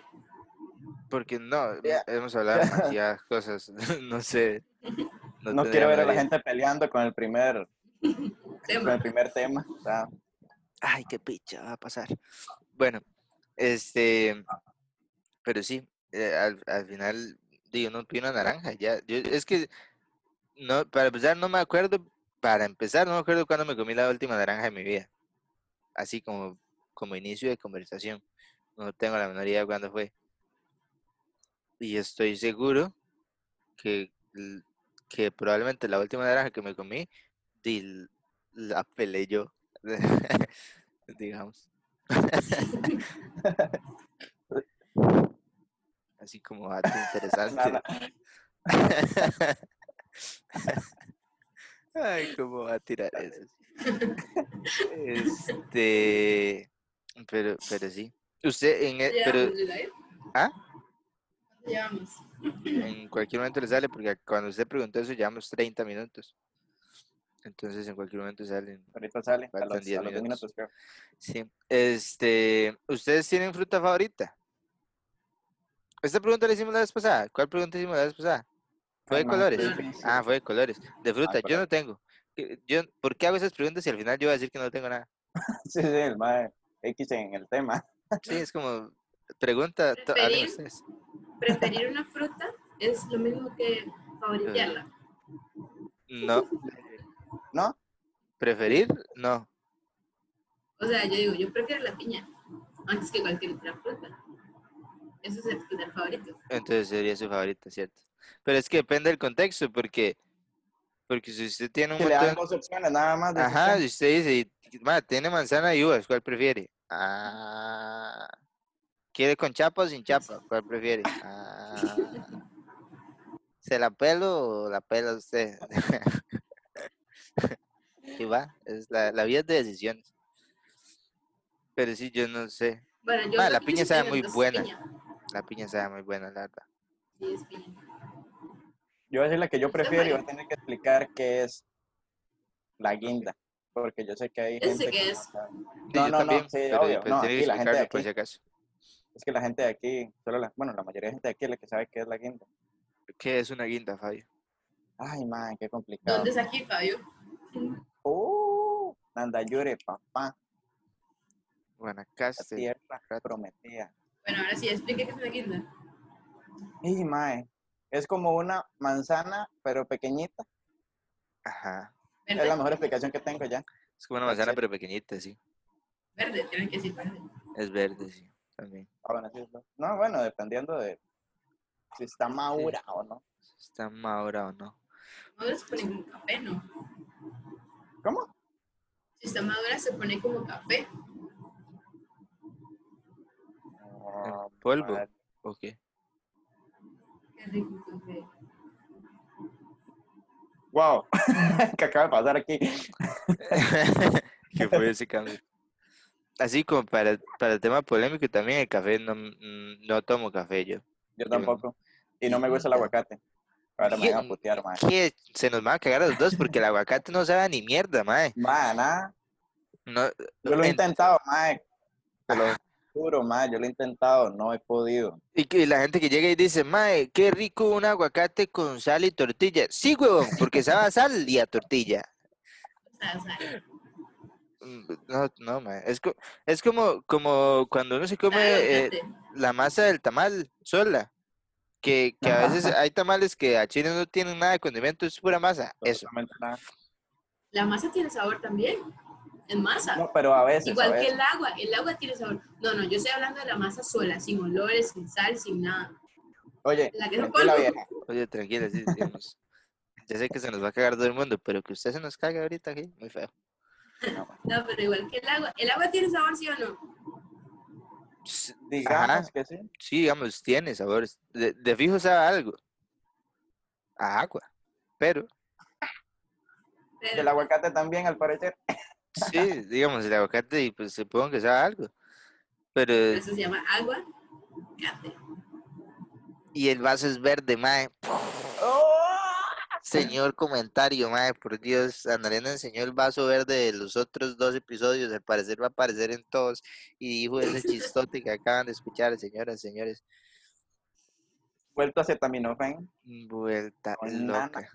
Speaker 3: Porque no,
Speaker 6: Ya.
Speaker 3: hemos hablado de demasiadas cosas, no sé.
Speaker 6: No
Speaker 3: tendría
Speaker 6: quiero ver a la
Speaker 3: manera.
Speaker 6: gente peleando con el primer, con
Speaker 4: Tema.
Speaker 6: el primer tema. o sea,
Speaker 3: Ay, qué picha va a pasar. Bueno, este, pero sí, eh, al, al final digo, no pido una naranja, ya, yo, es que no, para empezar no me acuerdo, para empezar no me acuerdo cuándo me comí la última naranja de mi vida, así como, como inicio de conversación, no tengo la menor idea de cuándo fue. Y estoy seguro que, l- que probablemente la última naranja que me comí, di- la pelé yo. digamos. Así como dato
Speaker 6: na-
Speaker 3: interesante.
Speaker 6: na-
Speaker 3: Ay, cómo va a tirar eso. Este, pero, pero sí. Usted en, e-
Speaker 4: ¿Cuánto
Speaker 3: pero
Speaker 4: llevamos, Lila, eh?
Speaker 3: ¿Ah?
Speaker 4: ¿Cuánto llevamos?
Speaker 3: en cualquier momento le sale, porque cuando usted preguntó eso llevamos 30 minutos. Entonces en cualquier momento salen.
Speaker 6: Ahorita sale, a
Speaker 3: Faltan
Speaker 6: los,
Speaker 3: 10
Speaker 6: a los 10
Speaker 3: minutos.
Speaker 6: minutos, creo.
Speaker 3: Sí. Este, ¿ustedes tienen fruta favorita? Esta pregunta la hicimos la vez pasada. ¿Cuál pregunta hicimos la vez pasada? ¿Fue de
Speaker 6: Ay, mae,
Speaker 3: colores?
Speaker 6: qué difícil.
Speaker 3: Ah, fue de colores. De fruta, yo
Speaker 6: colores.
Speaker 3: no tengo. Que- Yo, ¿Por qué hago esas preguntas y al final yo voy a decir que no tengo nada?
Speaker 6: Sí, sí, el mae X en el tema.
Speaker 3: Sí, es como pregunta, to- hablen
Speaker 4: Preferir.
Speaker 3: ustedes.
Speaker 4: Preferir una fruta es lo mismo que favoritearla.
Speaker 3: No,
Speaker 6: ¿No?
Speaker 3: ¿Preferir? No.
Speaker 4: O sea, yo digo, yo prefiero la piña antes que cualquier otra fruta. Eso es el tener favorito.
Speaker 3: Entonces sería su favorita, ¿cierto? Pero es que depende del contexto, porque, porque si usted tiene un
Speaker 6: Que le dan
Speaker 3: montón...
Speaker 6: dos opciones, nada más. de
Speaker 3: Ajá,
Speaker 6: opción.
Speaker 3: si usted dice, "Ma, tiene manzana y uvas, ¿cuál prefiere? Ah, ¿Quiere con chapa o sin chapa? ¿Cuál prefiere? Ah, ¿Se la pelo o la pela usted? y va, es la, la vida es de decisiones. Pero sí, yo no sé.
Speaker 4: Bueno, yo
Speaker 3: Ma,
Speaker 4: creo
Speaker 3: Ah, la
Speaker 4: que
Speaker 3: piña
Speaker 4: yo
Speaker 3: sabe
Speaker 4: prefiero
Speaker 3: muy
Speaker 4: entonces
Speaker 3: buena.
Speaker 4: piña.
Speaker 3: La piña sabe muy buena, la verdad.
Speaker 4: Sí, es piña.
Speaker 6: Yo voy a decir la que yo
Speaker 4: Usted,
Speaker 6: prefiero y voy a
Speaker 4: Mario.
Speaker 6: tener que explicar qué es la guinda. Porque yo sé que hay
Speaker 4: Ese
Speaker 6: gente
Speaker 4: que
Speaker 6: que no
Speaker 4: es.
Speaker 6: sabe.
Speaker 3: Sí,
Speaker 6: No,
Speaker 3: yo
Speaker 6: no, no,
Speaker 3: también,
Speaker 6: sí,
Speaker 3: pero
Speaker 6: obvio,
Speaker 3: pues
Speaker 6: no,
Speaker 3: tiene que
Speaker 6: aquí la gente de
Speaker 3: explicarlo por
Speaker 6: aquí.
Speaker 3: si acaso.
Speaker 6: Es que la gente de aquí, solo la, bueno, la mayoría de gente de aquí es la que sabe qué es la guinda.
Speaker 3: ¿Qué es una guinda, Fabio?
Speaker 6: Ay, man, qué complicado.
Speaker 4: ¿Dónde es aquí, Fabio?
Speaker 6: ¡Oh! Nandayure, papá, la
Speaker 3: Guanacaste.
Speaker 6: tierra
Speaker 3: rato.
Speaker 6: prometida.
Speaker 4: Bueno, ahora sí, explique qué es una guinda.
Speaker 6: Y, mae, es como una manzana, pero pequeñita.
Speaker 3: Ajá.
Speaker 6: Es la
Speaker 4: Verde,
Speaker 6: mejor explicación que tengo ya.
Speaker 3: Es como una manzana,
Speaker 6: Exacto.
Speaker 3: pero pequeñita, sí.
Speaker 4: verde, tienen que decir verde.
Speaker 3: Es verde, sí, también.
Speaker 6: Ah, bueno, sí, es lo- No, bueno, dependiendo de si está maura o no.
Speaker 3: Está madura o no.
Speaker 4: Madura se pone como café, ¿no?
Speaker 6: ¿Cómo?
Speaker 4: Si está madura se pone como café.
Speaker 6: Ah,
Speaker 3: polvo?
Speaker 6: mae,
Speaker 3: ¿O qué?
Speaker 4: Qué rico café.
Speaker 6: Wow, ¿qué acaba de pasar aquí?
Speaker 3: ¿Qué fue ese cambio? Así como para, para el tema polémico también, el café, no, mm, no tomo café yo.
Speaker 6: Yo tampoco. Y no me gusta el aguacate. Ahora me van a putear, mae.
Speaker 3: ¿Qué? Se nos van a cagar a los dos porque el aguacate no sabe ni mierda, mae.
Speaker 6: Mae, nada.
Speaker 3: No,
Speaker 6: Yo lo he
Speaker 3: en-
Speaker 6: intentado, mae. Te lo juro, mae. Yo lo he intentado, no he podido.
Speaker 3: Y, que la gente que llega y dice, mae, qué rico un aguacate con sal y tortilla. Sí, huevón, porque sabe a sal y a tortilla.
Speaker 4: O sea, o sea,
Speaker 3: Mm, No, no, mae. Es, co- es como, como cuando uno se come eh,
Speaker 4: aguacate.
Speaker 3: la masa del tamal sola. Que, que a veces hay tamales que a Chile no tienen nada de condimento, es pura masa. Eso.
Speaker 6: absolutamente nada.
Speaker 4: La masa tiene sabor también. Es masa.
Speaker 6: No, pero a veces. a
Speaker 4: Igual que
Speaker 6: veces.
Speaker 4: el agua, el agua tiene sabor. No, no, yo estoy hablando de la masa sola, sin olores, sin sal, sin nada.
Speaker 6: Oye,
Speaker 4: La que es
Speaker 6: tranquila,
Speaker 4: polvo.
Speaker 6: vieja.
Speaker 3: Oye, tranquila, sí, digamos. Ya sé que se nos va a cagar todo el mundo, pero que usted se nos cague ahorita aquí, muy feo.
Speaker 4: No, pero igual que el agua. ¿El agua tiene sabor, sí o no?
Speaker 3: S-
Speaker 6: Digamos
Speaker 3: Ajá.
Speaker 6: que sí.
Speaker 3: Sí, digamos, tiene sabores. De, de fijo sabe a algo. A agua. Pero,
Speaker 6: Y
Speaker 4: Pero,
Speaker 6: el aguacate también, al parecer.
Speaker 3: sí, digamos, el aguacate, y pues supongo que sabe a algo. Pero,
Speaker 4: por eso se llama agua. cate.
Speaker 3: y el vaso es verde, mae.
Speaker 6: ¡Oh!
Speaker 3: Señor comentario, mae, por Dios. Ana Elena enseñó el vaso verde de los otros dos episodios. Al parecer va a aparecer en todos. Y dijo ese chistote que acaban de escuchar, señoras, señores.
Speaker 6: Vuelto a acetaminofén.
Speaker 3: Vuelta
Speaker 6: Con nana.
Speaker 3: loca.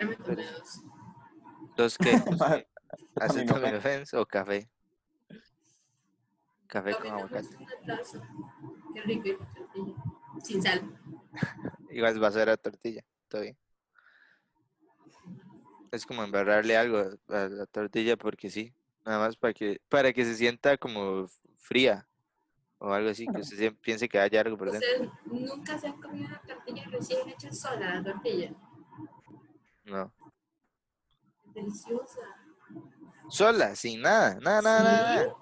Speaker 4: Ahora me tomé dos.
Speaker 3: ¿Dos qué?
Speaker 6: Mae, acetaminofén.
Speaker 3: ¿Acetaminofén o café? Café con
Speaker 4: Tomé nomás
Speaker 3: aguacate.
Speaker 4: una taza. Qué rico. y con tortilla. Sin sal.
Speaker 3: Igual va a ser la tortilla, todo bien. Es como embarrarle algo a a la tortilla porque sí, nada más para que, para que se sienta como f- fría o algo así, que usted sien- piense que haya algo por dentro.
Speaker 4: ¿Ustedes nunca se han comido una tortilla recién hecha sola, la tortilla?
Speaker 3: No.
Speaker 4: Deliciosa.
Speaker 3: Sola, sin nada, nada, nada, nada, nada.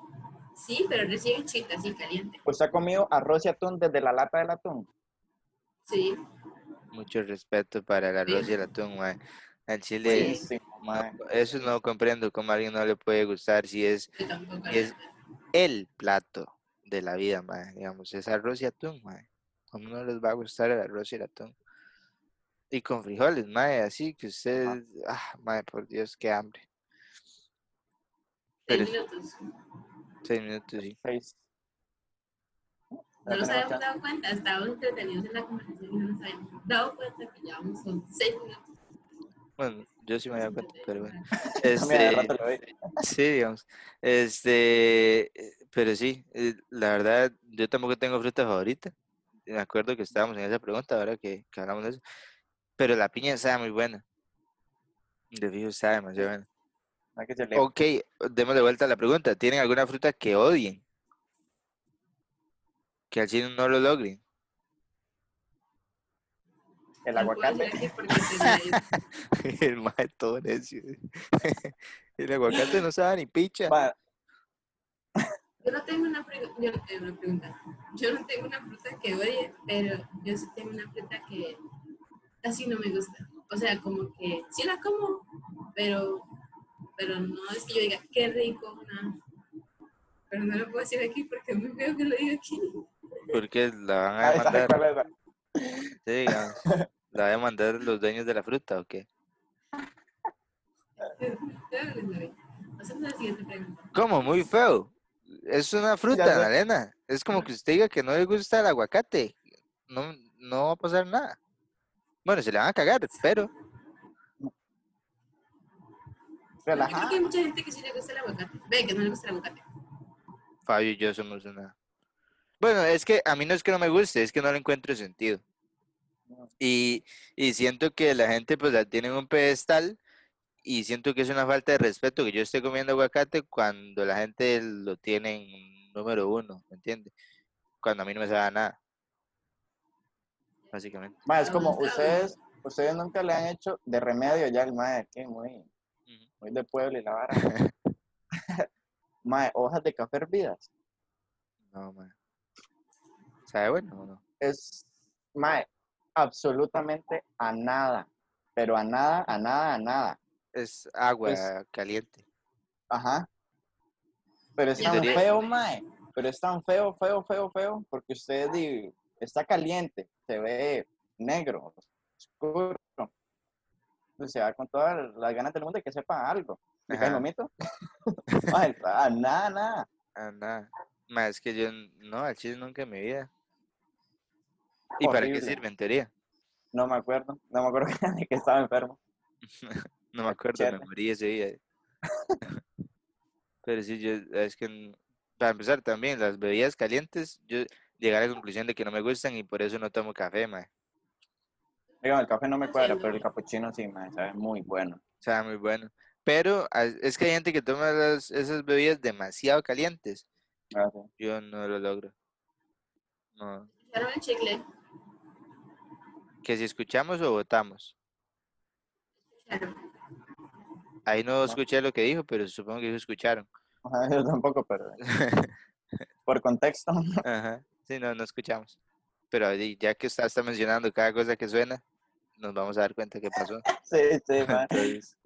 Speaker 4: Sí, pero recién hechita, así caliente.
Speaker 6: ¿Usted Pues ha comido arroz y atún desde la lata del atún?
Speaker 4: Sí.
Speaker 3: Mucho respeto para el arroz y el atún, mae. Al chile,
Speaker 6: Sí,
Speaker 3: no-
Speaker 6: mae.
Speaker 3: eso no comprendo cómo a alguien no le puede gustar si es
Speaker 4: Yo tampoco.
Speaker 3: Y es-
Speaker 4: la verdad.
Speaker 3: el plato de la vida, mae, digamos, es arroz y atún, mae. ¿Cómo no les va a gustar el arroz y el atún? Y con frijoles, mae, así que ustedes, ah, mae, por Dios, qué hambre.
Speaker 4: Seis
Speaker 3: Pero-
Speaker 4: minutos.
Speaker 3: Seis minutos, sí.
Speaker 6: Seis.
Speaker 4: No
Speaker 6: Ya
Speaker 4: nos
Speaker 6: tenemos
Speaker 4: habíamos
Speaker 6: chance.
Speaker 4: dado cuenta, estábamos entretenidos en la conversación y no nos habíamos dado cuenta que llevamos con seis minutos.
Speaker 3: Bueno, yo sí me había cuenta, pero bueno.
Speaker 6: Ah, mira, de
Speaker 3: Este,
Speaker 6: rato le doy.
Speaker 3: sí, digamos. Este, eh, pero sí, eh, la verdad, yo tampoco tengo fruta favorita. Me acuerdo que estábamos en esa pregunta ahora que, que hablamos de eso. Pero la piña sabe muy buena. De fijo está demasiado bueno.
Speaker 6: ¿Verdad que se le-
Speaker 3: Ok, démosle vuelta a la pregunta. ¿Tienen alguna fruta que odien? Que al chino no lo logren.
Speaker 6: El
Speaker 4: No puedo
Speaker 6: aguacate.
Speaker 4: decir aquí porque tenía-
Speaker 3: El mae todo necio. El aguacate no sabe ni picha.
Speaker 6: Va,
Speaker 4: Yo no tengo una, pregu- yo no tengo una pregunta. Yo no tengo una fruta que odie, pero yo sí tengo una fruta que casi no me gusta. O sea, como que sí la como, pero, pero no es que yo diga, qué rico, una... Pero no lo puedo decir aquí porque es muy feo que lo diga aquí.
Speaker 3: Porque la van a
Speaker 6: ah, ¿sabe
Speaker 3: demandar.
Speaker 6: cuál es?
Speaker 3: Sí, digamos, la van a demandar los dueños de la fruta o qué.
Speaker 4: Hacemos la siguiente pregunta.
Speaker 3: ¿Cómo? Muy feo. Es una fruta,
Speaker 6: sé.
Speaker 3: Elena. Es como que usted diga que no le gusta el aguacate. No, no va a pasar nada. Bueno, se le van a cagar, pero.
Speaker 4: Yo creo
Speaker 6: Relajado.
Speaker 4: que hay mucha gente que sí le gusta el aguacate. Ve, que no le gusta el aguacate.
Speaker 3: Fabio y yo somos una. Bueno, es que a mí no es que no me guste, es que no le encuentro sentido.
Speaker 6: No.
Speaker 3: Y, y siento que la gente pues la tiene en un pedestal y siento que es una falta de respeto que yo esté comiendo aguacate cuando la gente lo tiene en número uno, ¿me entiendes? Cuando a mí no me sabe a nada. Básicamente.
Speaker 6: Ma, es como
Speaker 4: Avanzado.
Speaker 6: ustedes, ustedes nunca le han hecho de remedio ya el mae, que muy, muy de pueblo y la vara. mae, hojas de café hervidas.
Speaker 3: No, man. ¿Sabe bueno o no?
Speaker 6: Es, mae, absolutamente a nada. Pero a nada, a nada, a nada.
Speaker 3: Es agua caliente.
Speaker 6: Ajá. Pero es
Speaker 4: Ya
Speaker 6: tan
Speaker 3: debería-
Speaker 6: feo, mae. Pero es tan feo, feo, feo, feo, porque usted di- está caliente, se ve negro, oscuro. O sea, con todas las ganas del mundo de que sepa algo. ¿Me cae
Speaker 3: Ajá.
Speaker 6: lo mito? Mae, ah, nada, nada.
Speaker 3: Ah, nada. Ma, es que yo n- no, al chile nunca en mi vida. ¿Y para qué
Speaker 6: Horrible.
Speaker 3: sirve en teoría?
Speaker 6: No me acuerdo. No me acuerdo de que estaba enfermo.
Speaker 3: No me acuerdo, me
Speaker 6: Chale.
Speaker 3: morí ese día. Pero sí, yo, es que n- para empezar también, las bebidas calientes, yo llegué a la conclusión de que no me gustan y por eso no tomo café, ma.
Speaker 6: Oigan, el café no
Speaker 3: Ah,
Speaker 6: me
Speaker 4: Sí,
Speaker 6: cuadra,
Speaker 4: no.
Speaker 6: pero el capuchino sí, mae, sabe muy bueno.
Speaker 3: O sea, muy bueno. Pero ah, es que hay gente que toma las- esas bebidas demasiado calientes.
Speaker 6: Gracias.
Speaker 3: Yo no lo logro. No.
Speaker 4: Echaron el chicle.
Speaker 3: Que si escuchamos o votamos.
Speaker 4: echaron.
Speaker 3: Ahí no escuché lo que dijo, pero supongo que ellos escucharon.
Speaker 6: Ajá, Yo tampoco, pero por contexto.
Speaker 3: Ajá. Sí, no, no escuchamos. Pero ahí, ya que usted está mencionando cada cosa que suena, nos vamos a dar cuenta qué pasó.
Speaker 6: Sí, sí, mae.
Speaker 3: Entonces,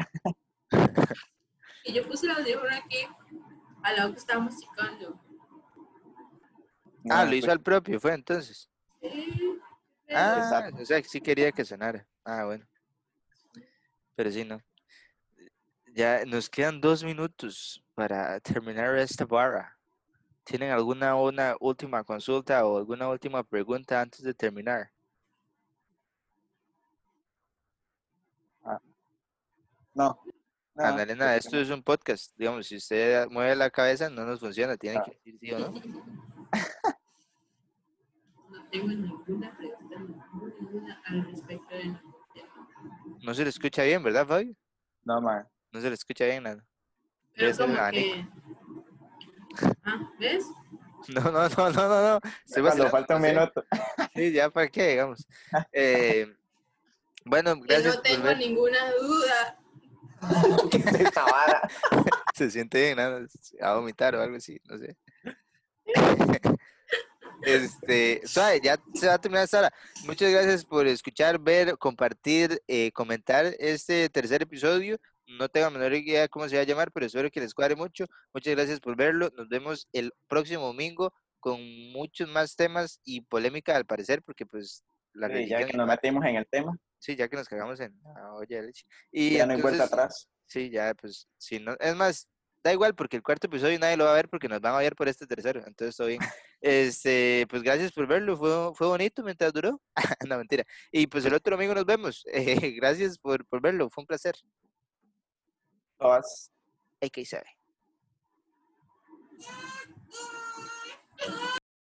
Speaker 3: ah,
Speaker 4: Y yo puse el audífono aquí al lado que estábamos chicando.
Speaker 3: ah,
Speaker 6: No,
Speaker 3: lo hizo al propio, fue entonces.
Speaker 4: Sí.
Speaker 3: Ah,
Speaker 6: Exacto.
Speaker 3: o sea, que sí quería que sonara. Ah, bueno. Pero sí, no. Ya nos quedan dos minutos para terminar esta barra. ¿Tienen alguna una última consulta o alguna última pregunta antes de terminar?
Speaker 6: No. no,
Speaker 3: Ana Elena,
Speaker 6: porque
Speaker 3: esto es un podcast. Digamos, si usted mueve la cabeza, no nos funciona. Tiene
Speaker 6: Ah.
Speaker 3: que decir sí o no.
Speaker 4: No tengo ninguna pregunta, ninguna duda al respecto de nada.
Speaker 3: No se le escucha bien, ¿verdad, Fabio?
Speaker 6: No, mae.
Speaker 3: No se le escucha bien nada. Debe
Speaker 4: Pero
Speaker 3: ser el
Speaker 4: como que...
Speaker 3: abanico.
Speaker 4: Ah, ¿ves?
Speaker 3: No, no, no, no, no, no. Estoy
Speaker 6: Cuando
Speaker 3: vacilando,
Speaker 6: falta un
Speaker 3: no sé.
Speaker 6: minuto.
Speaker 3: Sí, ya para qué, digamos. Eh, bueno,
Speaker 4: Que
Speaker 3: gracias
Speaker 4: no
Speaker 3: por
Speaker 4: tengo
Speaker 3: ver.
Speaker 4: ninguna duda.
Speaker 6: ¿Qué es esta vara?
Speaker 3: Se siente bien, nada, se- a vomitar o algo así, no sé. Este, suave, ya se va a terminar Sara. Muchas gracias por escuchar, ver, compartir, eh, comentar este tercer episodio. No tengo la menor idea de cómo se va a llamar, pero espero que les cuadre mucho. Muchas gracias por verlo. Nos vemos el próximo domingo con muchos más temas y polémica al parecer, porque pues la
Speaker 6: Sí, ya
Speaker 3: religión
Speaker 6: que nos metimos en el tema,
Speaker 3: Sí, ya que nos cagamos en la olla de leche. Y
Speaker 6: ya no hay vuelta
Speaker 3: entonces,
Speaker 6: atrás.
Speaker 3: Sí, ya, pues, si no, es más, da igual porque el cuarto episodio nadie lo va a ver porque nos van a ver por este tercero, entonces todo bien. Este, pues gracias por verlo, fue, fue bonito mientras duró. no, mentira. Y pues el otro domingo nos vemos. Eh, gracias por, por verlo, fue un placer.
Speaker 6: Todas.
Speaker 3: Hay que sabe.